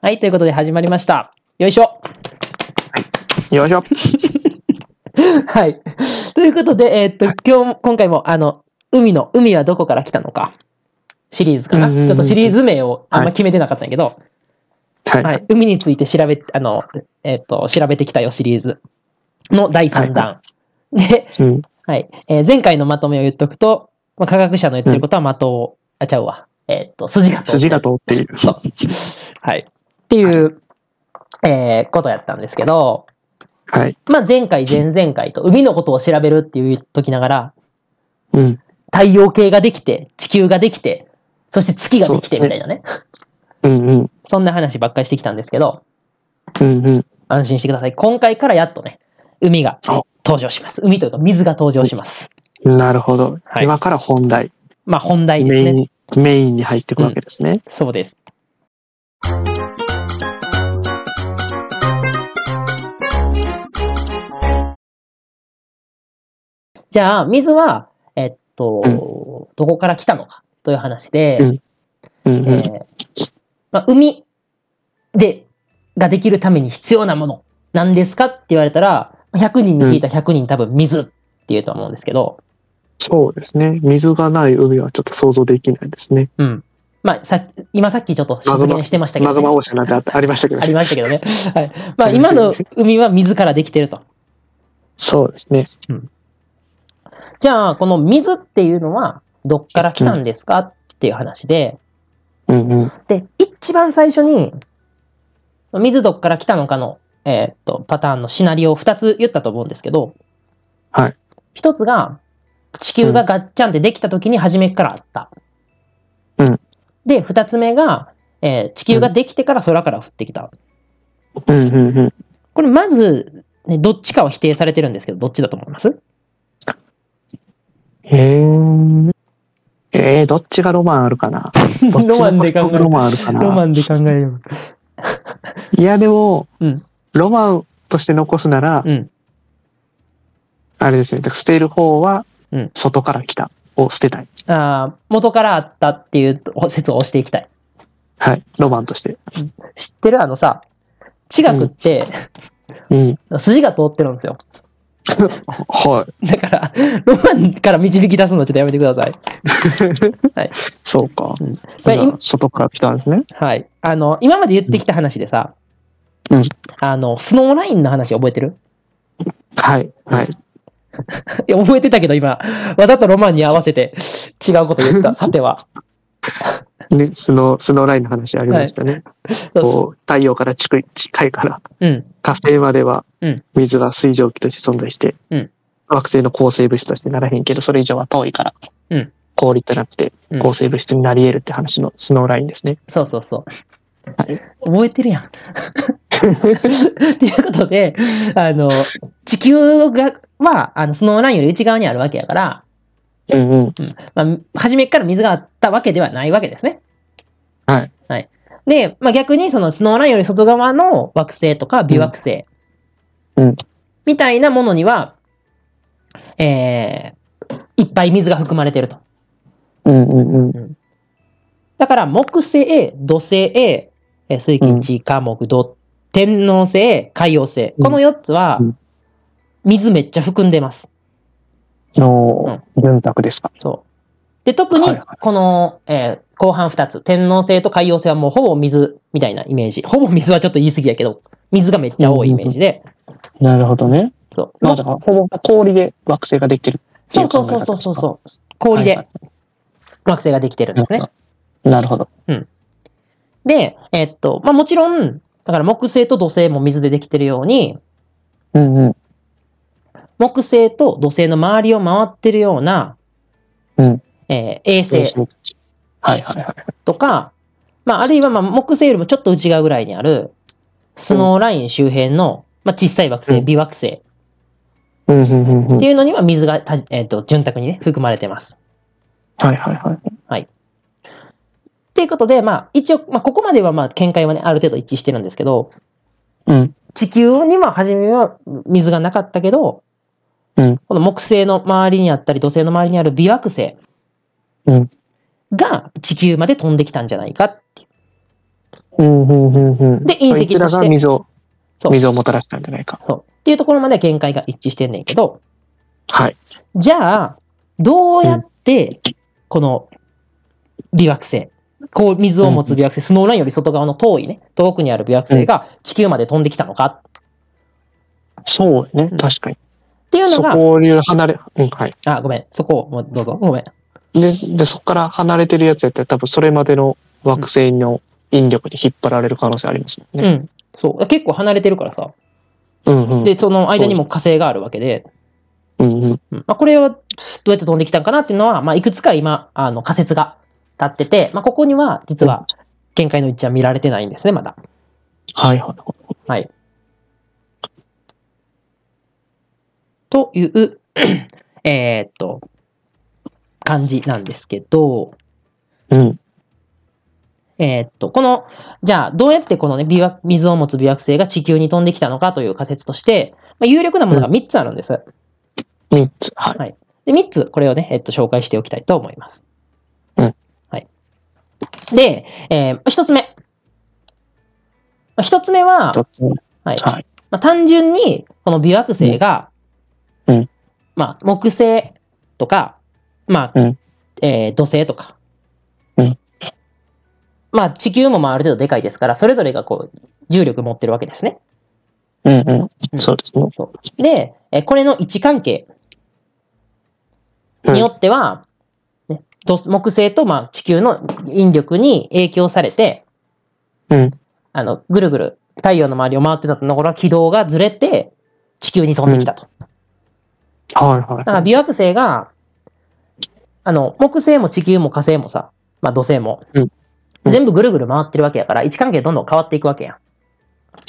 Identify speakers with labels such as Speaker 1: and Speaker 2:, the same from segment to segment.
Speaker 1: はい、ということで始まりました。よいしょ。
Speaker 2: よいしょ。
Speaker 1: はい。ということで、えーっと、今日、今回も、あの、海の、海はどこから来たのか、シリーズかな。
Speaker 2: うんうんうん
Speaker 1: ちょっとシリーズ名をあんま決めてなかったんやけど、
Speaker 2: はい。
Speaker 1: はい、海について調べ、あの、えっ、と、調べてきたよシリーズの第3弾。で、
Speaker 2: うん。
Speaker 1: はい、えー前回のまとめを言っとくと、まあ、科学者の言ってることは的を、あ、ちゃうわ。えっ、と、筋が通って
Speaker 2: 筋
Speaker 1: る
Speaker 2: が通っている。
Speaker 1: そうはい。っていう、えーことやったんですけど、
Speaker 2: はい。
Speaker 1: まあ、前回、前々回と、海のことを調べるっていうときながら、
Speaker 2: うん。
Speaker 1: 太陽系ができて、地球ができて、そして月ができてみたいなね。
Speaker 2: うんうん。
Speaker 1: そんな話ばっかりしてきたんですけど、
Speaker 2: うんうん。
Speaker 1: 安心してください。今回からやっとね、海が
Speaker 2: あ
Speaker 1: 登場します。海というか水が登場します。
Speaker 2: なるほど。
Speaker 1: はい
Speaker 2: 今から本題。
Speaker 1: まあ本題
Speaker 2: メ
Speaker 1: で
Speaker 2: イ
Speaker 1: す
Speaker 2: ン
Speaker 1: ね。
Speaker 2: に、メインに入っていくわけですね。
Speaker 1: そうです。じゃあ、水は、えっと、
Speaker 2: うん
Speaker 1: どこから来たのかという話で、
Speaker 2: うんうんう
Speaker 1: え
Speaker 2: ん。
Speaker 1: ーまあ、海で、ができるために必要なもの、なんですかって言われたら、100人に聞いた100人多分水って言うと思うんですけど、
Speaker 2: そうですね。水がない海はちょっと想像できないですね。
Speaker 1: うん。まあ、さ今さっきちょっと発言してましたけ
Speaker 2: マ
Speaker 1: ど、
Speaker 2: グマ
Speaker 1: ね、
Speaker 2: オーシャンなんてあったありました けど
Speaker 1: ありましたけどね。はい。まあ、今の海は水からできてると。
Speaker 2: そうですね。
Speaker 1: じゃあ、この水っていうのは、どっから来たんですかっていう話で、
Speaker 2: うんうん。
Speaker 1: で、一番最初に、水どっから来たのかの、えーっと、パターンのシナリオを2つ言ったと思うんですけど、
Speaker 2: はい。
Speaker 1: 1つが、地球がガッチャンってできた時に初めからあった。
Speaker 2: うん。
Speaker 1: で、2つ目が、えー地球ができてから空から降ってきた。
Speaker 2: うんうんうん。
Speaker 1: これまず、ね、どっちかは否定されてるんですけど、どっちだと思います
Speaker 2: へーえー、どっちがロマンあるかなどっちの
Speaker 1: ロマンで考え
Speaker 2: ロマンあるかな
Speaker 1: ンで考えよう。
Speaker 2: いや、でも、
Speaker 1: うん
Speaker 2: ロマンとして残すなら、
Speaker 1: うん。
Speaker 2: あれですね。だから捨てる方は
Speaker 1: うん、
Speaker 2: 外から来たを捨てたい。
Speaker 1: ああ、元からあったっていう説を押していきたい。
Speaker 2: はい。ロマンとして。
Speaker 1: 知ってるあのさ、地学って、
Speaker 2: うん。
Speaker 1: 筋が通ってるんですよ。
Speaker 2: はい。
Speaker 1: だから、ロマンから導き出すのちょっとやめてください。
Speaker 2: そうか。
Speaker 1: うん
Speaker 2: じゃあ
Speaker 1: これ今
Speaker 2: 外から来たんですね。
Speaker 1: はい。あの、今まで言ってきた話でさ、
Speaker 2: うん
Speaker 1: あの、スノーラインの話覚えてる
Speaker 2: はい。はい。
Speaker 1: いや、覚えてたけど今、わざとロマンに合わせて違うこと言 った。さては。
Speaker 2: ね、スノー、スノーラインの話ありましたね。こう、太陽から地区、地界から
Speaker 1: うん。
Speaker 2: 火星までは
Speaker 1: うん、
Speaker 2: 水が水蒸気として存在して、
Speaker 1: うん
Speaker 2: 惑星の構成物質としてならへんけど、それ以上は遠いから、
Speaker 1: うん
Speaker 2: 氷ってなくて
Speaker 1: うん
Speaker 2: 構成物質になり得るって話のスノーラインですね。
Speaker 1: そうそうそう
Speaker 2: はい。
Speaker 1: 覚えてるやん。ということで、あの、地球が、は、あの、スノーラインより内側にあるわけやから、
Speaker 2: うんうん。
Speaker 1: まあ、初めから水があったわけではないわけですね。
Speaker 2: はい。
Speaker 1: はい。で、まあ、逆にそのスノーラインより外側の惑星とか微惑星。
Speaker 2: うんうん
Speaker 1: みたいなものには、えー、いっぱい水が含まれてると。
Speaker 2: うんうんうん。
Speaker 1: だから、木星、土星、えー水
Speaker 2: う
Speaker 1: 金
Speaker 2: ん
Speaker 1: 地火木土、天王星、海王星。この4つは
Speaker 2: うん、
Speaker 1: 水めっちゃ含んでます。
Speaker 2: の、潤沢ですか。
Speaker 1: そう。で、特に
Speaker 2: はいはい、
Speaker 1: この、えー後半2つ、天王星と海王星はもうほぼ水みたいなイメージ。ほぼ水はちょっと言い過ぎやけど、水がめっちゃ多いイメージで。
Speaker 2: なるほどね。
Speaker 1: そう。
Speaker 2: まあだから、ほぼ氷で惑星ができてる。
Speaker 1: そうそうそうそうそうそう。氷で惑星ができてるんですね。
Speaker 2: なるほど。
Speaker 1: で、えっと、まあもちろん、だから木星と土星も水でできてるように、
Speaker 2: うんうん。
Speaker 1: 木星と土星の周りを回ってるような、
Speaker 2: うん
Speaker 1: えー衛星
Speaker 2: はいはいはい。
Speaker 1: とか、まあ、あるいはまあ木星よりもちょっと内側ぐらいにある、スノーライン周辺の、まあ、小さい惑星、
Speaker 2: うん
Speaker 1: 微惑星っ
Speaker 2: うんうんうんうん。は
Speaker 1: て
Speaker 2: い
Speaker 1: いうのには水がた、えっと潤沢にね、含まれてます。
Speaker 2: はいはい。
Speaker 1: っていうことで、まあ、一応、まあ、ここまではまあ、見解はね、ある程度一致してるんですけど、
Speaker 2: うん。
Speaker 1: 地球には初めは水がなかったけど、
Speaker 2: うん
Speaker 1: この木星の周りにあったり、土星の周りにある微惑星
Speaker 2: うん
Speaker 1: が地球まで飛んできたんじゃないかっていう
Speaker 2: うんうんうんうん。
Speaker 1: で隕石として
Speaker 2: こいつらが水を
Speaker 1: そ、う
Speaker 2: 水をもたらしたんじゃないか。
Speaker 1: そう。っていうところまでは見解が一致してんねんけど、
Speaker 2: はい。
Speaker 1: じゃあ、どうやって、この、微惑星、こう、水を持つ微惑星、スノーラインより外側の遠いね、遠くにある微惑星が地球まで飛んできたのかっ
Speaker 2: そうね
Speaker 1: うん。
Speaker 2: 確かに。
Speaker 1: ていうの
Speaker 2: そ
Speaker 1: が、
Speaker 2: こに離れ、うん、はい。
Speaker 1: あ、ごめん、そこを、もうどうぞ、ごめん。
Speaker 2: で、で、そこから離れてるやつやったら多分それまでの惑星の引力に引っ張られる可能性ありますもん
Speaker 1: う
Speaker 2: ね。
Speaker 1: ん。そう。結構離れてるからさ。
Speaker 2: うんうん。
Speaker 1: で、その間にも火星があるわけで、
Speaker 2: うんうん。
Speaker 1: うんまあ、これはどうやって飛んできたんかなっていうのは、まあ、いくつか今、あの、仮説が立ってて、まあ、ここには、実は、見解の一致は見られてないんですね、まだ。
Speaker 2: はいはい。
Speaker 1: はい。という、 えーっと、感じなんですけど、
Speaker 2: うん。
Speaker 1: えーっと、この、じゃあ、どうやってこのね、微惑水を持つ微惑星が地球に飛んできたのかという仮説として、まあ、有力なものが3つあるんです。
Speaker 2: 三つ。はい。
Speaker 1: で、3つ、これをね、えっと、紹介しておきたいと思います。
Speaker 2: うん。
Speaker 1: はい。で、えー、1つ目。まあ1つ目は、
Speaker 2: だって
Speaker 1: はい。
Speaker 2: はい。
Speaker 1: まあ、単純に、この微惑星が、
Speaker 2: うんうん
Speaker 1: まあ、木星とか、まあ、
Speaker 2: うん
Speaker 1: えー土星とか、
Speaker 2: うん
Speaker 1: まあ、地球もまあある程度でかいですから、それぞれがこう、重力持ってるわけですね。
Speaker 2: うんうん
Speaker 1: う。ん
Speaker 2: そうですね。
Speaker 1: そう。で、えーこれの位置関係
Speaker 2: うん
Speaker 1: によっては、ね土木星とまあ地球の引力に影響されて、
Speaker 2: うん。
Speaker 1: あの、ぐるぐる太陽の周りを回ってたところは軌道がずれて、地球に飛んできたと。
Speaker 2: はいはい。
Speaker 1: だから微惑星が、あの、木星も地球も火星もさ、まあ土星も、
Speaker 2: うんうん
Speaker 1: 全部ぐるぐる回ってるわけやから、位置関係どんどん変わっていくわけやん。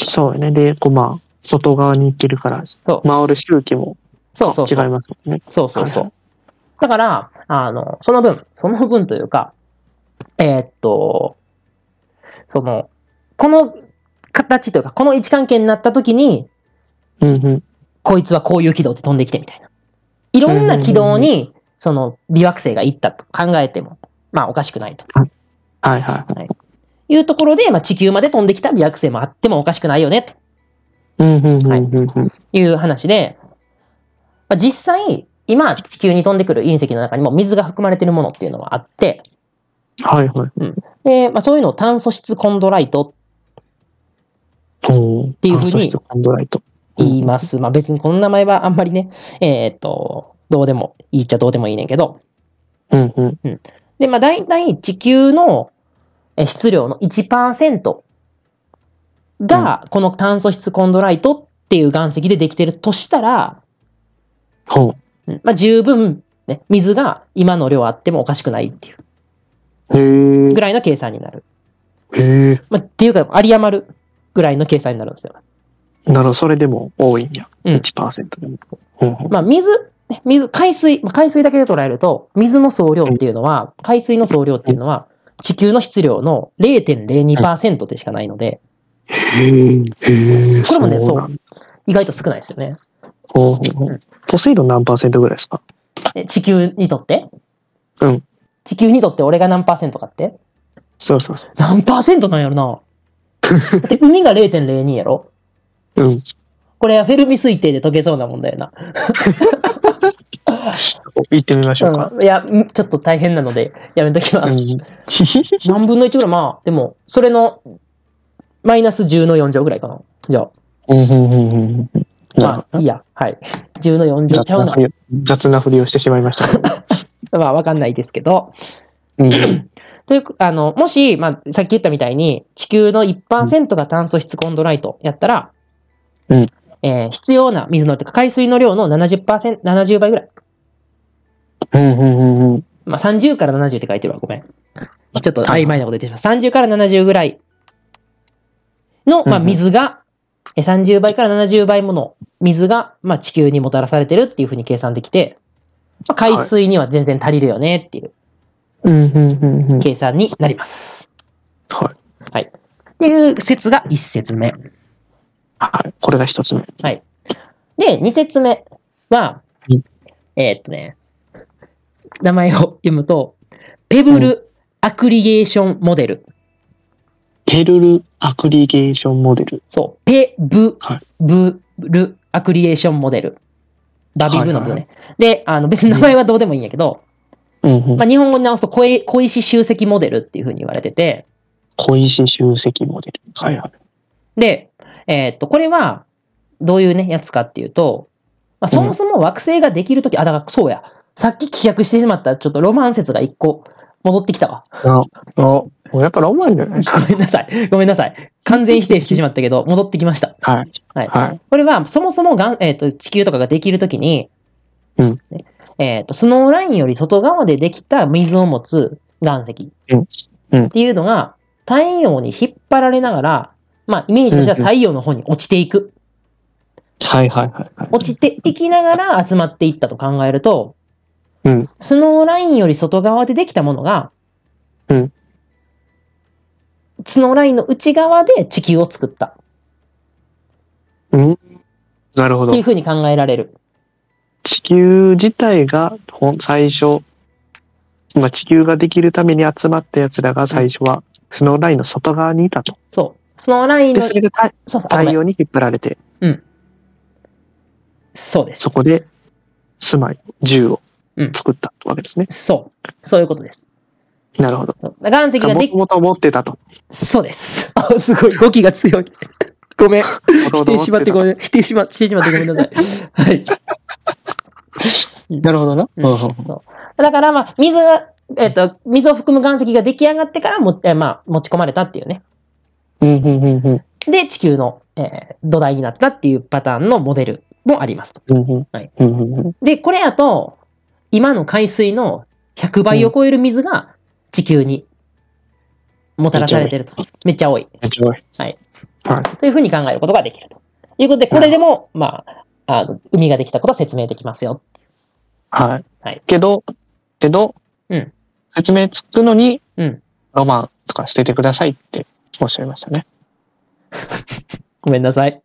Speaker 2: そうよね。で、こう、まあ、外側に行ってるから、
Speaker 1: そう
Speaker 2: 回る周期も
Speaker 1: そうそう
Speaker 2: 違い
Speaker 1: そう。
Speaker 2: ますもんね。
Speaker 1: そうそうそ
Speaker 2: は
Speaker 1: う。だから、あの、その分、その分というか、えーっと、その、この形というか、この位置関係になった時に、
Speaker 2: うんうん。
Speaker 1: こいつはこういう軌道で飛んできてみたいな。いろんな軌道に、その微惑星が行ったと考えても、まあおかしくないと。
Speaker 2: はいはい。
Speaker 1: いうところで、まあ、地球まで飛んできた微惑星もあってもおかしくないよね、と
Speaker 2: うんうんうんうんうん。
Speaker 1: いう話で、まあ、実際、今、地球に飛んでくる隕石の中にも水が含まれているものっていうのはあって、
Speaker 2: はいはい。
Speaker 1: で、まあ、そういうのを炭素質コンドライト
Speaker 2: おって
Speaker 1: いうふうに
Speaker 2: コンドライト。
Speaker 1: って言います。まあ、別にこの名前はあんまりね、えーっと、どうでもいいっちゃどうでもいいねんけど、
Speaker 2: うんうん。
Speaker 1: で、まあ、大体地球のえ質量の1%が、この炭素質コンドライトっていう岩石でできてるとしたら、
Speaker 2: ほ
Speaker 1: う
Speaker 2: う。
Speaker 1: んまあ、十分、ね、水が今の量あってもおかしくないっていう
Speaker 2: へえ
Speaker 1: ぐ。らいの計算になる。
Speaker 2: へ
Speaker 1: まあ、っていうか、有り余るぐらいの計算になるんですよ。
Speaker 2: え。なるほど、それでも多いんや。
Speaker 1: うん
Speaker 2: 1%でも。ほうほう
Speaker 1: まあ、水、ね水、海水、まあ海水だけで捉えると、水の総量っていうのは、海水の総量っていうのは、地球の質量の0.02%でしかないので、
Speaker 2: へえ。へえ。
Speaker 1: これもね
Speaker 2: うなんだ。
Speaker 1: 意外と少ないですよね。
Speaker 2: ほうほうほう。ポセイドン何パーセントぐらいですか
Speaker 1: え地球にとって
Speaker 2: うん。
Speaker 1: 地球にとって俺が何パーセントかって
Speaker 2: そうそうそ
Speaker 1: 何パーセントなんやろなだって海が0.02やろ
Speaker 2: う。うん。
Speaker 1: これはフェルミ推定で解けそうなもんだよな。
Speaker 2: 行ってみましょうか。
Speaker 1: うん、いや、んちょっと大変なので、やめときま
Speaker 2: う
Speaker 1: す。
Speaker 2: ん。
Speaker 1: 何分の1ぐらいまあ、でも、それの、マイナス10の4乗ぐらいかな。じゃあ、
Speaker 2: うんうんうんうんうん。
Speaker 1: まあ、いいや。はい。10の4乗ちゃうな。
Speaker 2: 雑なふりをしてしまいましたけど。
Speaker 1: まあ、わかんないですけど。
Speaker 2: うん。
Speaker 1: という、あの、もし、まあ、さっき言ったみたいに、地球の1%が炭素質コンドライトやったら、
Speaker 2: うん
Speaker 1: えー必要な水の、てか海水の量の70%、70倍ぐらい。
Speaker 2: うんうんうんうん。
Speaker 1: まあ、30から70って書いてるわ。ごめん。ちょっと曖昧なこと言ってしまった。30から70ぐらいの、まあ、
Speaker 2: うんうん
Speaker 1: 水が、え30倍から70倍もの水が、まあ、地球にもたらされてるっていうふうに計算できて、まあ、海水には全然足りるよねっていう
Speaker 2: うんうんうんうん。
Speaker 1: 計算になります。
Speaker 2: はい。
Speaker 1: っていう説が1説目。
Speaker 2: はい。これが一つ目。
Speaker 1: で、2説目は
Speaker 2: うん、
Speaker 1: えーっとね、名前を読むと、ペブルアクリゲーションモデル
Speaker 2: へペルルアクリゲーションモデル。
Speaker 1: そう。ペ、ブ
Speaker 2: はい、
Speaker 1: ブ、ル、アクリエーションモデル。バビブの部ね。で、あの、別に名前はどうでもいいんやけど、
Speaker 2: うんうん
Speaker 1: まあ、日本語に直すと小い小石集積モデルっていうふうに言われてて、
Speaker 2: 小石集積モデル。はいはい。
Speaker 1: で、えーっと、これは、どういうね、やつかっていうと、まあ、そもそも惑星ができるとき、あ、だからそうや。さっき棄却してしまった、ちょっとロマン説が一個戻ってきた わ。
Speaker 2: あ、あ、もうやっぱロマンじゃないですか。
Speaker 1: ごめんなさい。ごめんなさい。完全否定してしまったけど、戻ってきました。
Speaker 2: はい。
Speaker 1: はい
Speaker 2: はい。
Speaker 1: これは、そもそもがん、えーっと地球とかができるときに、
Speaker 2: うん
Speaker 1: ねえーっと、スノーラインより外側でできた水を持つ岩石
Speaker 2: うんうん
Speaker 1: っていうのが、太陽に引っ張られながら、まあ、イメージとしては太陽の方に落ちていく。
Speaker 2: はいはいはいはい。
Speaker 1: 落ちていきながら集まっていったと考えると、
Speaker 2: うん
Speaker 1: スノーラインより外側でできたものが、
Speaker 2: うん
Speaker 1: スノーラインの内側で地球を作った
Speaker 2: うん。なるほ
Speaker 1: ってい
Speaker 2: ど
Speaker 1: う。ふうに考えられる。
Speaker 2: 地球自体がほん最初、まあ、地球ができるために集まった奴らが最初はスノーラインの外側にいたと。
Speaker 1: そう。スノーライン
Speaker 2: で、
Speaker 1: の、
Speaker 2: それが太
Speaker 1: そうそう、あご
Speaker 2: 太
Speaker 1: めん
Speaker 2: 陽に引っ張られて、
Speaker 1: そうです
Speaker 2: そ。こで住まい、銃を作ったってわけですね。
Speaker 1: そう。そういうことです。
Speaker 2: なるほど。
Speaker 1: 岩石が
Speaker 2: も
Speaker 1: で
Speaker 2: と
Speaker 1: き、
Speaker 2: もと持ってたと。
Speaker 1: そうです。 あ、すごい、語気が強 い。ごめん。
Speaker 2: も
Speaker 1: 否定
Speaker 2: ともと持
Speaker 1: しまって
Speaker 2: た
Speaker 1: ごめん。否定しま、してしまってごめんな さい。はい。
Speaker 2: なるほどな。
Speaker 1: うんだから、まあ、水が、えっ、と、水を含む岩石が出来上がってからも、えーまあ、持ち込まれたっていうね。
Speaker 2: うん、うん、うん、うん。
Speaker 1: で、地球の、えー土台になったっていうパターンのモデルもありますと。
Speaker 2: うんうん
Speaker 1: はい
Speaker 2: うんうんうん
Speaker 1: で、これやと、今の海水の100倍を超える水が地球にもたらされてると。めっちゃ多い。
Speaker 2: めっちゃ多い
Speaker 1: はい。
Speaker 2: はい。
Speaker 1: というふうに考えることができると。いうことで、これでも、まあ、あの海ができたことは説明できますよ。
Speaker 2: はい。
Speaker 1: はい
Speaker 2: けど、けど、
Speaker 1: うん
Speaker 2: 説明つくのに、
Speaker 1: うん
Speaker 2: ロマンとか捨ててくださいっておっしゃいましたね。
Speaker 1: ごめんなさ い。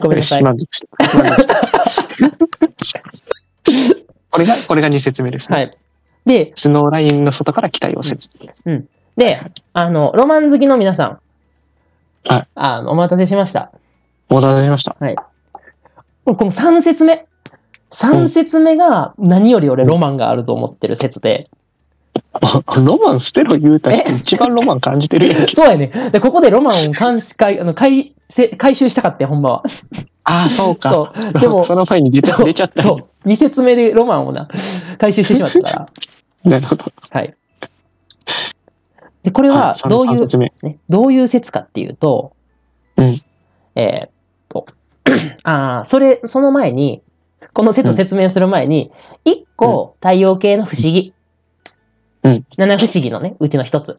Speaker 1: ごめんなさい
Speaker 2: よし。満足した。満 足したこれが、これが2説目ですね。
Speaker 1: はい。で、
Speaker 2: スノーラインの外から期待を説明。
Speaker 1: で、あの、ロマン好きの皆さん。
Speaker 2: はい。
Speaker 1: あの、お待たせしました。
Speaker 2: お待たせしました。
Speaker 1: この3節目。3節目が何より俺ロマンがあると思ってる説で。
Speaker 2: ロマン捨てろ言うた人
Speaker 1: え
Speaker 2: 一番ロマン感じてるやんけ。
Speaker 1: そうやね。で、ここでロマンを監視会、あの、回、せ回収したかって、ほんまは。
Speaker 2: ああ、そうか。
Speaker 1: そう。でも
Speaker 2: そ、の前に出ちゃ
Speaker 1: そう
Speaker 2: 出ちゃった。
Speaker 1: そう。2節目でロマンをな、回収してしまった から。
Speaker 2: なるほど。
Speaker 1: はい。で、これは
Speaker 2: はい三
Speaker 1: どうい
Speaker 2: 三
Speaker 1: う、
Speaker 2: 説目。
Speaker 1: ね、どういう説かっていうと、
Speaker 2: うん
Speaker 1: えーっと、 ああ、それ、その前に、この説を説明する前に、一個太陽系の不思議、
Speaker 2: うん
Speaker 1: 七不思議のね、うちの一つ。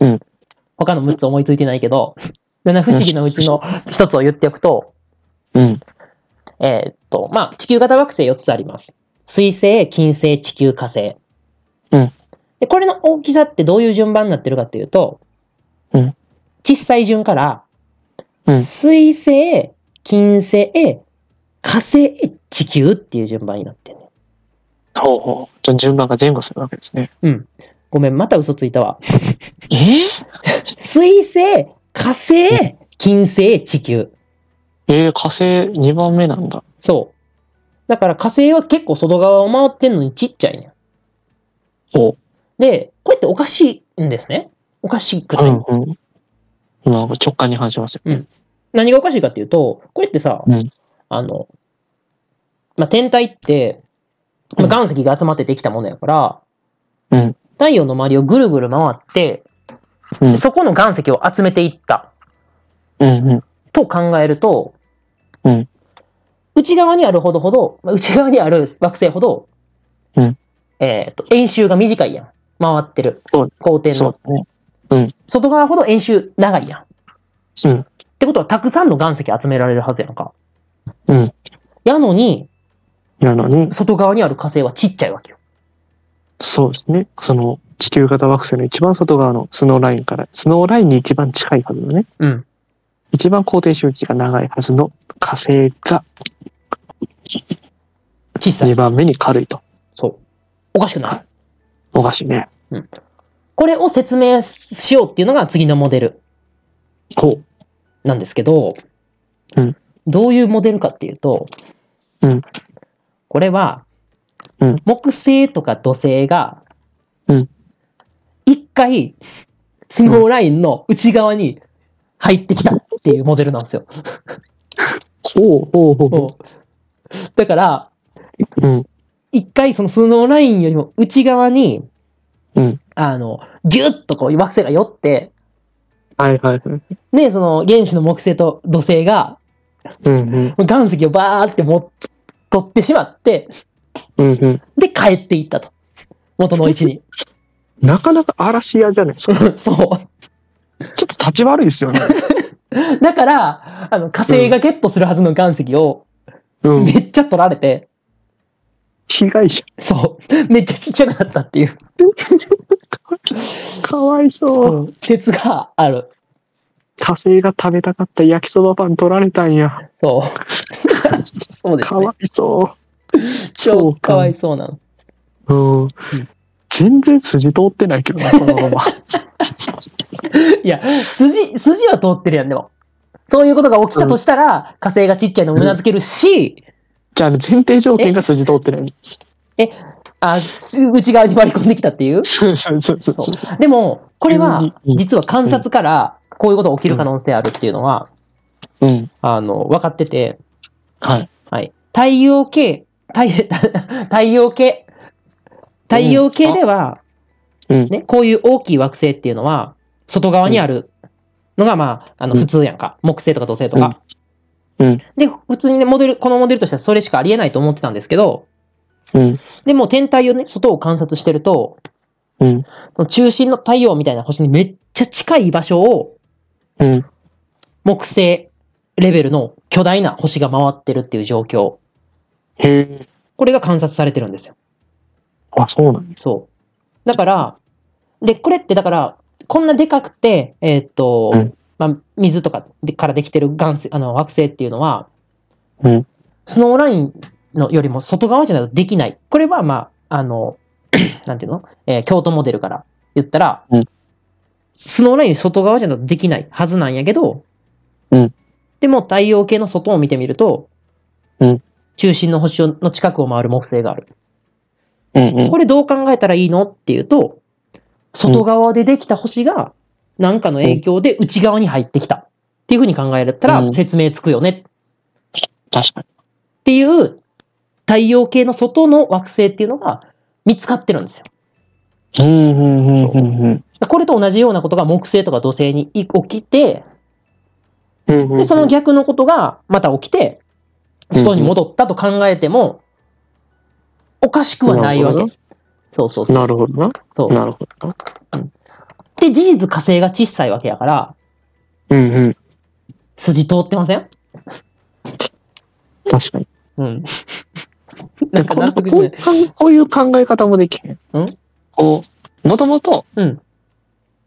Speaker 2: うん
Speaker 1: 他の6つ思いついてないけど、七不思議のうちの一つを言っておくと、
Speaker 2: うん。
Speaker 1: えーっと、まあ、地球型惑星4つあります。水星、金星、地球、火星。
Speaker 2: うん
Speaker 1: で、これの大きさってどういう順番になってるかっていうと、
Speaker 2: うん
Speaker 1: 小さい順から、
Speaker 2: うん
Speaker 1: 水星、金星、火星、地球っていう順番になってる、ね。
Speaker 2: ほうほう。じゃあ順番が前後するわけですね。
Speaker 1: ごめん、また嘘ついたわ。
Speaker 2: ええ
Speaker 1: 水星、火星、金星、地球。
Speaker 2: えー、火星2番目なんだ。
Speaker 1: そう。だから火星は結構外側を回ってんのにちっちゃいねん。
Speaker 2: ほ
Speaker 1: で、これっておかしいんですね。おかしく
Speaker 2: う
Speaker 1: ない、
Speaker 2: んうん。なんか直感に反しますよ。
Speaker 1: うん何がおかしいかっていうと、これってさ、
Speaker 2: うん
Speaker 1: あの、まあ、天体って、まあ、岩石が集まってできたものやから、
Speaker 2: うん
Speaker 1: 太陽の周りをぐるぐる回って、
Speaker 2: うん
Speaker 1: でそこの岩石を集めていった
Speaker 2: うんうん。
Speaker 1: と考えると、
Speaker 2: うん
Speaker 1: 内側にあるほどほど、まあ内側にある惑星ほど、
Speaker 2: うん
Speaker 1: えっ、と、円周が短いやん。回ってる。
Speaker 2: そう
Speaker 1: 光点
Speaker 2: そ
Speaker 1: の。
Speaker 2: うだね。
Speaker 1: 外側ほど円周長いやん。
Speaker 2: うん。
Speaker 1: ってことは、たくさんの岩石集められるはずやんか。
Speaker 2: うん。
Speaker 1: やのに、
Speaker 2: なのに、
Speaker 1: 外側にある火星はちっちゃいわけよ。
Speaker 2: そうですね。その地球型惑星の一番外側のスノーラインから、スノーラインに一番近いはずのね、
Speaker 1: うん。
Speaker 2: 一番高低周期が長いはずの火星が
Speaker 1: 小さ
Speaker 2: 2
Speaker 1: い。
Speaker 2: 番目に軽いと。
Speaker 1: そう。おかしくない
Speaker 2: おかしいね。
Speaker 1: これを説明しようっていうのが次のモデル
Speaker 2: ほ
Speaker 1: なんですけど、
Speaker 2: うん
Speaker 1: どういうモデルかっていうと、
Speaker 2: うん
Speaker 1: これは、
Speaker 2: うん
Speaker 1: 木星とか土星が、
Speaker 2: うん
Speaker 1: 一回、スノーラインの内側に入ってきたっていうモデルなんですよ。
Speaker 2: う。ほうほうほうほ
Speaker 1: そうだから、
Speaker 2: う。うん。
Speaker 1: 一回そのスノーラインよりも内側に、
Speaker 2: うん
Speaker 1: あの、ギュッとこう惑星が寄って、
Speaker 2: はいはいはい。
Speaker 1: で、その原子の木星と土星が
Speaker 2: うんうん。
Speaker 1: 岩石をバーって持っ取ってしまって、
Speaker 2: うんうん。
Speaker 1: で、帰っていったと。元の位置に。
Speaker 2: なかなか嵐屋じゃないですか。ちょ
Speaker 1: そ
Speaker 2: っと立ち悪いですよ ね。
Speaker 1: う。だから、あの、火星がゲットするはずの岩石を、
Speaker 2: うん
Speaker 1: め。っちゃ取られて、
Speaker 2: 被 害者。
Speaker 1: そう。めっちゃちっちゃくなったっていう、
Speaker 2: かわいそう。
Speaker 1: 説がある。
Speaker 2: 火星が食べたかった焼きそばパン取られたんや。
Speaker 1: そう。そうです
Speaker 2: か
Speaker 1: ね
Speaker 2: わ。いそ
Speaker 1: 超かわいそうなの。
Speaker 2: う。うん。全然筋通ってないけどな、このま ま。
Speaker 1: いや、筋、筋は通ってるやん、でも。そういうことが起きたとしたら、火星がちっちゃいのを頷けるし、
Speaker 2: じゃあ、前提条件が筋通ってない。
Speaker 1: あ、内側に割り込んできたっていう。
Speaker 2: そうそうそうそう。
Speaker 1: でも、これは
Speaker 2: うん、
Speaker 1: 実は観察から、こういうことが起きる可能性あるっていうのは、
Speaker 2: うん。
Speaker 1: あの、分かってて、
Speaker 2: はい。
Speaker 1: はい。太陽系、太、 太陽系、太陽系では、
Speaker 2: うん。
Speaker 1: ね、こういう大きい惑星っていうのは、外側にあるのが、まあ、あの、
Speaker 2: うん
Speaker 1: 普通やんか。木星とか土星とか。
Speaker 2: うんうん
Speaker 1: で、普通にね、モデル、このモデルとしてはそれしかありえないと思ってたんですけど、
Speaker 2: うん。
Speaker 1: でも天体をね、外を観察してると、
Speaker 2: うん。
Speaker 1: 中心の太陽みたいな星にめっちゃ近い場所を、
Speaker 2: うん。
Speaker 1: 木星レベルの巨大な星が回ってるっていう状況。
Speaker 2: へえ。
Speaker 1: これが観察されてるんですよ。
Speaker 2: あ、そうなんや
Speaker 1: そう。だから、で、これってだから、こんなでかくて、えーっと、
Speaker 2: うん
Speaker 1: まあ、水とかでからできてる岩石あの惑星っていうのは、
Speaker 2: うん
Speaker 1: スノーラインのよりも外側じゃないとできない。これは、まあ、あの、 なんていうの、えー京都モデルから言ったら、
Speaker 2: うん
Speaker 1: スノーライン外側じゃないとできないはずなんやけど、
Speaker 2: うん
Speaker 1: でも太陽系の外を見てみると、
Speaker 2: うん
Speaker 1: 中心の星の近くを回る木星がある。
Speaker 2: うんうん。
Speaker 1: これどう考えたらいいのっていうと、外側でできた星が何かの影響で内側に入ってきたっていうふうに考えられた
Speaker 2: う
Speaker 1: ら
Speaker 2: ん
Speaker 1: 説明つくよねっ
Speaker 2: 確かに。
Speaker 1: ていう太陽系の外の惑星っていうのが見つかってるんですよ。
Speaker 2: うんうんうんうんうん。
Speaker 1: これと同じようなことが木星とか土星に起きて、
Speaker 2: うんうんう
Speaker 1: で、
Speaker 2: ん
Speaker 1: その逆のことがまた起きて、
Speaker 2: うん
Speaker 1: 外に戻ったと考えても、おかしくはないわ
Speaker 2: なる
Speaker 1: け
Speaker 2: ほ。
Speaker 1: そうそうそう。
Speaker 2: なるほどな。
Speaker 1: そう
Speaker 2: なるほどな。
Speaker 1: で、事実火星が小さいわけやから、
Speaker 2: うんうん。
Speaker 1: 筋通ってません
Speaker 2: 確かに。
Speaker 1: うん。なんか納得し
Speaker 2: こ
Speaker 1: な
Speaker 2: う
Speaker 1: い。
Speaker 2: こういう考え方もできへん。
Speaker 1: うん
Speaker 2: こう、もともと、
Speaker 1: うん。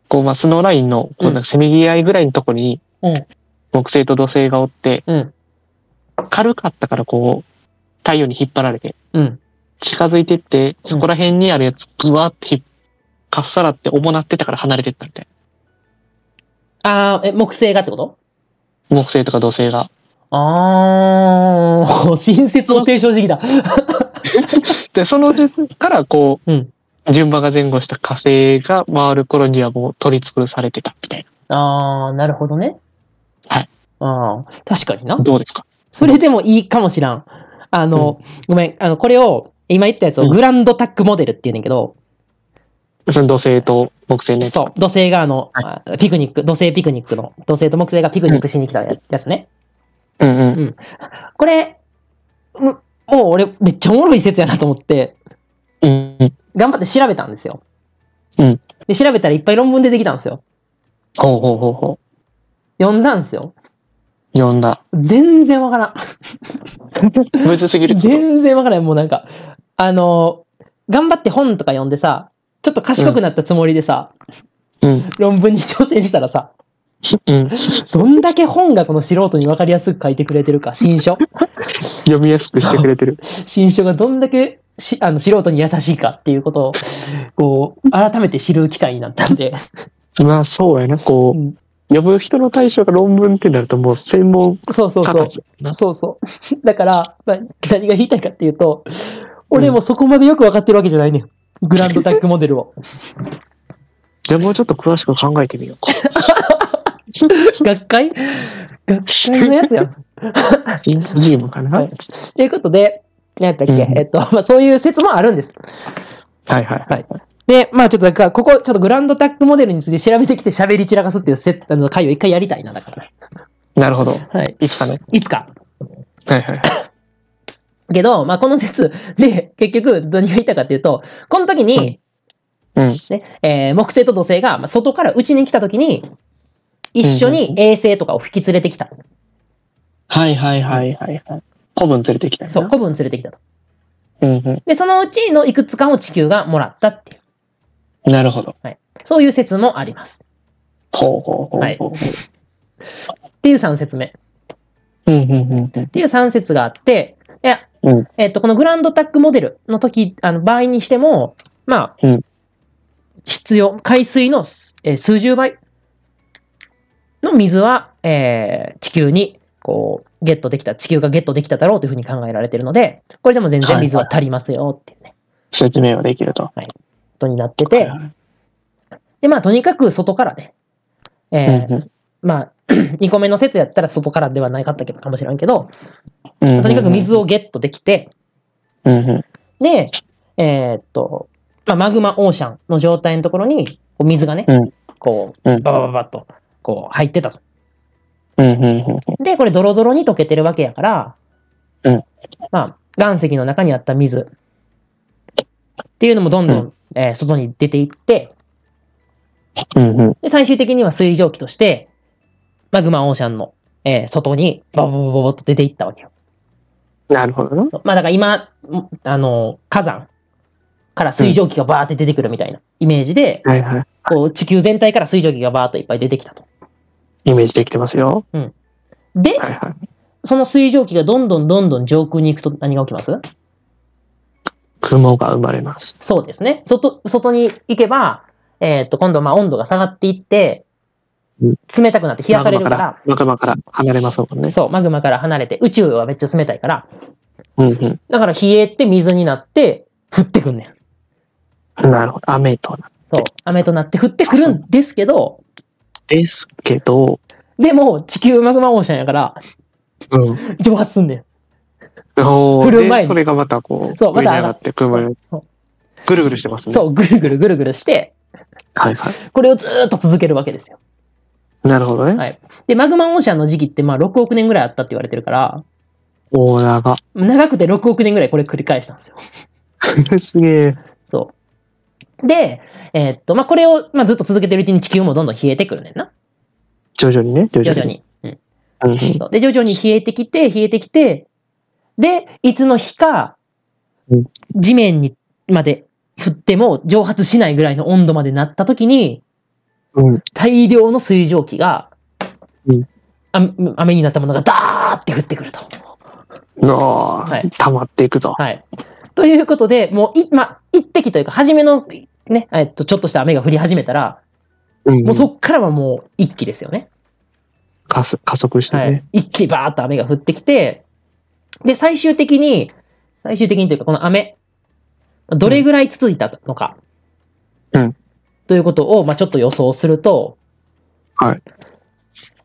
Speaker 2: こう、まあ、スノーラインの、こ
Speaker 1: う
Speaker 2: うんなんかせめぎ合いぐらいのとこに、
Speaker 1: うん
Speaker 2: 木星と土星がおって、
Speaker 1: うん。
Speaker 2: 軽かったからこう、太陽に引っ張られて、
Speaker 1: うん。
Speaker 2: 近づいてって、そこら辺にあるやつ、ぐわってひっ、かっさらって、おもなってたから離れてったみたい
Speaker 1: あー、え、木星がってこと
Speaker 2: な。木星とか土星が。
Speaker 1: あー、 親切の提唱時期だ。
Speaker 2: で、その説からこう、
Speaker 1: うん
Speaker 2: 順番が前後した火星が回る頃にはもう取り尽くされてたみたい
Speaker 1: あー、なるほどね。
Speaker 2: はい。
Speaker 1: あー、確かにな
Speaker 2: な。。どうですか
Speaker 1: それでもいいかもしらん。あの、ごめん、あの、これを、今言ったやつをグランドタックモデルって言うねんけど、
Speaker 2: その土星と木星ね。
Speaker 1: そう、土星があの、
Speaker 2: は
Speaker 1: あピクニック、土星ピクニックの、土星と木星がピクニックしに来たややつね。
Speaker 2: う。うんうん。
Speaker 1: これ、んもう俺、めっちゃおもろい説やなと思って、
Speaker 2: うんうん。
Speaker 1: 頑張って調べたんですよ。
Speaker 2: うん。
Speaker 1: で、調べたらいっぱい論文出てきたんですよ。
Speaker 2: ほうほうほうほ
Speaker 1: 読んだんですよ。
Speaker 2: う。読んだ。
Speaker 1: 全然わから ん。
Speaker 2: むずすぎる。
Speaker 1: 全然わからん。もうなんか、あのー頑張って本とか読んでさ、ちょっと賢くなったつもりでさ、
Speaker 2: うん。
Speaker 1: 論文に挑戦したらさ、
Speaker 2: うん。
Speaker 1: どんだけ本がこの素人にわ かりやすく書いてくれてるか、新書。
Speaker 2: 読みやすくしてくれてる。
Speaker 1: 新書がどんだけしあの素人に優しいかっていうことを、こう、改めて知る機会になったん で、
Speaker 2: まあそうやな、こ
Speaker 1: うん
Speaker 2: う、呼ぶ人の対象が論文ってなるともう専門
Speaker 1: そうそう
Speaker 2: 家
Speaker 1: そう
Speaker 2: た。ちやな。
Speaker 1: そうそう。 だから、まあ何が言いたいかっていうと、俺もそこまでよく分かってるわけじゃないねん。グランドタックモデル を。
Speaker 2: じゃあもうちょっと詳しく考えてみ ようか。
Speaker 1: 学会学会のやつや ん。
Speaker 2: インフジームかな、
Speaker 1: は
Speaker 2: はいい、
Speaker 1: ということで、何やったっけ、
Speaker 2: うん
Speaker 1: えっと、まあ、そういう説もあるんです。
Speaker 2: はいはい
Speaker 1: はい。で、まあちょっとだから、ここ、ちょっとグランドタックモデルについて調べてきて喋り散らかすっていうせあの回を一回やりたいな、だから。
Speaker 2: なるほど。
Speaker 1: はい。
Speaker 2: いつかね。
Speaker 1: いつか。
Speaker 2: はいはい。
Speaker 1: けど、まあこの説 で、結局、何が言いたいかっていうと、この時に、
Speaker 2: うん。
Speaker 1: ね、えー木星と土星が、まあ、外からうちに来た時に、一緒に衛星とかを引き連れてきた。
Speaker 2: はいはいはいはいはい。古文連れてきたよな
Speaker 1: そう、。古文連れてきたと。
Speaker 2: うんう
Speaker 1: で、そのうちのいくつかを地球がもらったっていう、
Speaker 2: ん。なるほど。
Speaker 1: そういう説もあります。
Speaker 2: ほうほうほうほう。
Speaker 1: はいっていう3説目。
Speaker 2: うんうんうんうん。
Speaker 1: っていう3説があって、いや、
Speaker 2: うん
Speaker 1: えっと、このグランドタックモデルの時、あの、場合にしても、まあ、
Speaker 2: うん
Speaker 1: 必要、海水の、えー数十倍の水は、えー地球に、こう、ゲットできた、地球がゲットできただろうというふうに考えられているので、これでも全然水は足りますよっていうね、
Speaker 2: 説明はできると。
Speaker 1: ことになってて、
Speaker 2: はいはい
Speaker 1: で、まあ、とにかく外からね、えー
Speaker 2: うんう
Speaker 1: まあ、2個目の 説やったら外からではないかったけどかもしれんけど、
Speaker 2: うんうんうん
Speaker 1: とにかく水。をゲットできて、
Speaker 2: うんうん。
Speaker 1: で、えーっと、まあ、マグマオーシャンの状態のところに、こう水がね、
Speaker 2: うん
Speaker 1: こう、バ
Speaker 2: うん
Speaker 1: ババババッと、こう、入ってたと。
Speaker 2: うんうんうん。
Speaker 1: で、これ、ドロドロに溶けてるわけやから、
Speaker 2: うん
Speaker 1: まあ、岩石の中にあった水っていうのもどんどん、
Speaker 2: う
Speaker 1: えー外に出ていって、
Speaker 2: うんうん。
Speaker 1: で、最終的には水蒸気として、マグマオーシャンの、えー外に、バババババッと出ていったわけよ。
Speaker 2: なるほどな。
Speaker 1: まあ、だから今、んあの、火山から水蒸気がバーって出てくるみたいなイメージで、
Speaker 2: はいはい。
Speaker 1: こう地球全体から水蒸気がバーっといっぱい出てきたと。
Speaker 2: イメージできてますよ。
Speaker 1: で、
Speaker 2: はいはい。
Speaker 1: その水蒸気がどんどんどんどん上空に行くと何が起きます
Speaker 2: 雲が生まれます。
Speaker 1: そうですね。外、外に行けば、えーっと、今度まあ温度が下がっていって
Speaker 2: うん、
Speaker 1: 冷たくなって冷やされるから、
Speaker 2: 仲間から離れますもんね。
Speaker 1: そう、マグマから離れて、宇宙はめっちゃ冷たいから、
Speaker 2: うんう
Speaker 1: だから冷えて水になって、降ってくんねん。
Speaker 2: ん。なるほど。雨とな。
Speaker 1: そう、雨となって降ってくるんですけど、
Speaker 2: ですけど、
Speaker 1: でも地球マグマオーシャンやから、
Speaker 2: うん。
Speaker 1: 蒸発すんねん。
Speaker 2: お ー
Speaker 1: 降る前に
Speaker 2: でそれがまたこう、
Speaker 1: そうま
Speaker 2: 上に
Speaker 1: た
Speaker 2: 上がって雲に
Speaker 1: そう
Speaker 2: ぐるぐるしてますね。
Speaker 1: そう、ぐるぐるぐるぐるして、
Speaker 2: はいは
Speaker 1: これをずーっと続けるわけですよ。
Speaker 2: い。なるほどね。
Speaker 1: はいで、マグマオーシャンの時期ってまあ6億年ぐらいあったって言われてるから、
Speaker 2: オーナーが。
Speaker 1: 長くて6億年ぐらいこれ繰り返したんですよ。
Speaker 2: すげえ。
Speaker 1: そう。で、えーっと、まあこれを、まあ、ずっと続けてるうちに地球もどんどん冷えてくるねんな。
Speaker 2: 徐々にね、徐
Speaker 1: 徐
Speaker 2: 々
Speaker 1: 々
Speaker 2: に。
Speaker 1: に。うん、
Speaker 2: うんうん
Speaker 1: そうで、徐々に冷えてきて、冷えてきて、で、いつの日か
Speaker 2: うん、
Speaker 1: 地面にまで降っても蒸発しないぐらいの温度までなった時に、
Speaker 2: うん。
Speaker 1: 大量の水蒸気が、
Speaker 2: うん
Speaker 1: 雨雨になったものがダーって降ってくると。
Speaker 2: の
Speaker 1: は
Speaker 2: ー
Speaker 1: い
Speaker 2: 溜まっていくぞ。
Speaker 1: はい。ということで、もう、い、まあ、一滴というか、初めの、ね、えっと、ちょっとした雨が降り始めたら、
Speaker 2: うん
Speaker 1: もうそっからはもう一気ですよね。
Speaker 2: 加速加速して
Speaker 1: はい
Speaker 2: ね。。
Speaker 1: 一気にバーッと雨が降ってきて、で、最終的に、最終的にというか、この雨、どれぐらい続いたのか。
Speaker 2: うん
Speaker 1: ということを、まあ、ちょっと予想すると、
Speaker 2: はい。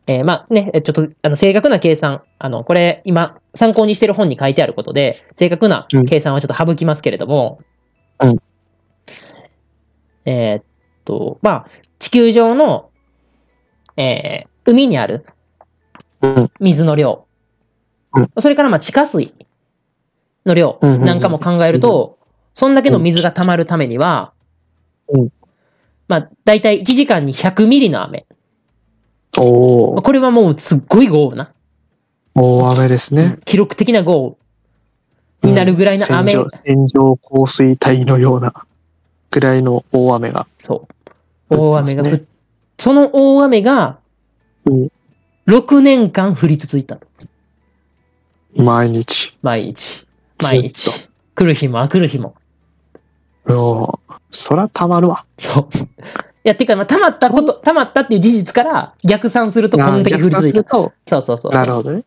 Speaker 1: えーまあね、えちょっと、あの、正確な計算、あの、これ、今、参考にしてる本に書いてあることで、正確な計算はちょっと省きますけれども、
Speaker 2: うん
Speaker 1: えーっと、まあ、地球上の、えー海にある
Speaker 2: うん。
Speaker 1: 水の量、
Speaker 2: うん
Speaker 1: それから、まあ、地下水の量
Speaker 2: うんうんうん
Speaker 1: なんかも考えると、そんだけの水が溜まるためには、
Speaker 2: うん
Speaker 1: まあ、だいたい1時間に100ミリの雨。
Speaker 2: お
Speaker 1: まあ
Speaker 2: ー
Speaker 1: これはもうすっごい豪雨な。
Speaker 2: 大雨ですね。
Speaker 1: 記録的な豪雨になるぐらいの雨、
Speaker 2: うん線状線状降水帯のようなぐらいの大雨が。
Speaker 1: そう。大雨が降
Speaker 2: 降ってます
Speaker 1: っ、その大雨が
Speaker 2: うん
Speaker 1: 6年間降り続いたと。
Speaker 2: 毎日。
Speaker 1: 毎日。
Speaker 2: ずっと
Speaker 1: 毎日。来る日もあ来る日も。
Speaker 2: もう、そらたまるわ。
Speaker 1: そう。 いや、てか、まあ、溜まったこと、溜まったっていう事実から逆算するとこんだけ
Speaker 2: 逆
Speaker 1: 降り
Speaker 2: 算
Speaker 1: 続
Speaker 2: す
Speaker 1: い
Speaker 2: る
Speaker 1: た。
Speaker 2: と、
Speaker 1: そうそうそう。
Speaker 2: なるほどね。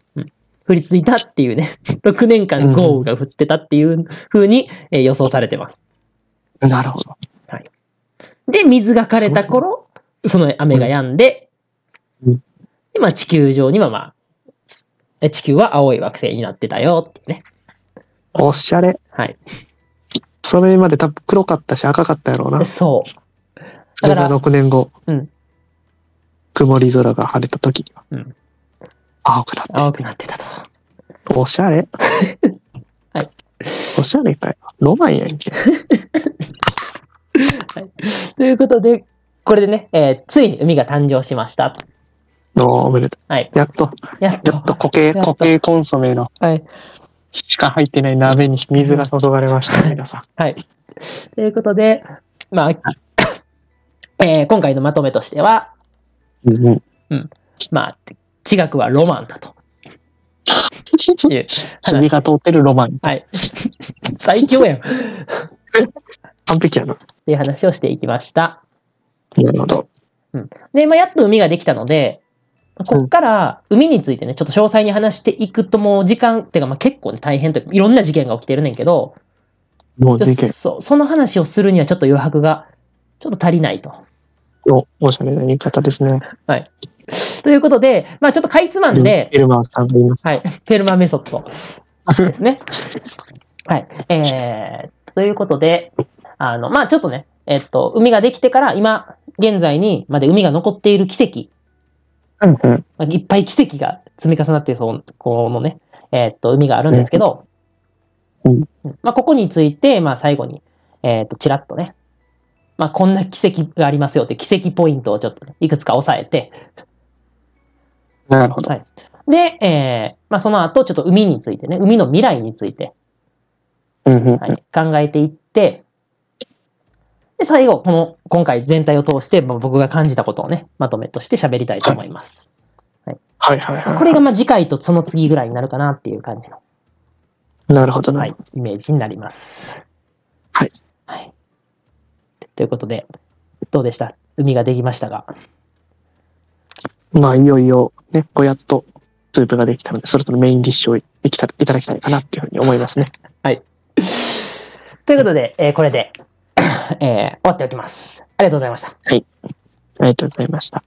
Speaker 1: 降り続いたっていうね、6年 間豪雨が降ってたっていう風に、えー予想されてます。
Speaker 2: なるほど。
Speaker 1: で、水が枯れた頃、その雨が止んで、
Speaker 2: うん
Speaker 1: で、まあ地球上にはまあ、え地球は青い惑星になってたよっていうね。
Speaker 2: おしゃれ。
Speaker 1: はい。
Speaker 2: それまで多分黒かったし赤かったやろうな。
Speaker 1: そう。
Speaker 2: そ
Speaker 1: だか
Speaker 2: れ
Speaker 1: ら
Speaker 2: が6年後。
Speaker 1: うん
Speaker 2: 曇り空が晴れた時には。
Speaker 1: うん
Speaker 2: 青くなって
Speaker 1: 青くなってたと。
Speaker 2: おしゃれ。
Speaker 1: はい
Speaker 2: おしゃれかよ。ロマンやんけ。
Speaker 1: ということで、これでね、えーついに海が誕生しました。
Speaker 2: おーおめでとう。
Speaker 1: はい。
Speaker 2: やっと、
Speaker 1: やっと。
Speaker 2: やっと固形、
Speaker 1: やっと
Speaker 2: 固形コンソメの
Speaker 1: はい。
Speaker 2: しか入ってない鍋に水が注がれました、皆さん。
Speaker 1: はい。ということで、まあ、えー今回のまとめとしては、
Speaker 2: うん うん
Speaker 1: まあ、地学はロマンだという
Speaker 2: 君
Speaker 1: 話。
Speaker 2: が通ってるロマン。
Speaker 1: はい。最強やん。っ
Speaker 2: 完璧やな。
Speaker 1: ていう話をしていきました。
Speaker 2: なるほど。
Speaker 1: で、まあ、やっと海ができたので、こっから海についてね、ちょっと詳細に話していくともう時間、てかまあ結構ね大変というか、いろんな事件が起きてるねんけど、
Speaker 2: もう
Speaker 1: ちょ
Speaker 2: 事件。
Speaker 1: そうその話をするにはちょっと余白がちょっと足りないと。
Speaker 2: お、おしゃれな言い方ですね。
Speaker 1: ということで、まあちょっとかいつまんで、
Speaker 2: エルマーさんが言いまし
Speaker 1: はい。フェルマーメソッドです ね。はい。えー、ということで、あの、まあちょっとね、えっと、海ができてから今、現在にまで海が残っている奇跡、
Speaker 2: た。うんうん。
Speaker 1: まあいっぱい奇跡が積み重なって、そう、このね、えっと、海があるんですけど、
Speaker 2: うん
Speaker 1: うんまあここについて、まあ最後に、えっと、ちらっとね、まあこんな奇跡がありますよって奇跡ポイントをちょっとね、いくつか押さえて、
Speaker 2: なるほど。
Speaker 1: で、えー、まあその後、ちょっと海についてね、海の未来について、
Speaker 2: うんうんうん。
Speaker 1: はい、考えていって、で、最後、この、今回全体を通して、まあ僕が感じたことをね、まとめとして喋りたいと思います。
Speaker 2: はいはいはい。
Speaker 1: これが、まあ次回とその次ぐらいになるかなっていう感じの、
Speaker 2: なるほどな。
Speaker 1: はい、イメージになります。
Speaker 2: はい。
Speaker 1: はい。ということで、どうでした海ができましたが。
Speaker 2: まあ、いよいよ、ね、こうやっとスープができたので、そろそろメインディッシュをいきたいただきたいかなっていうふうに思いますね。
Speaker 1: ということで、えーこれで、えー終わっておきます。ありがとうございました。
Speaker 2: ありがとうございました。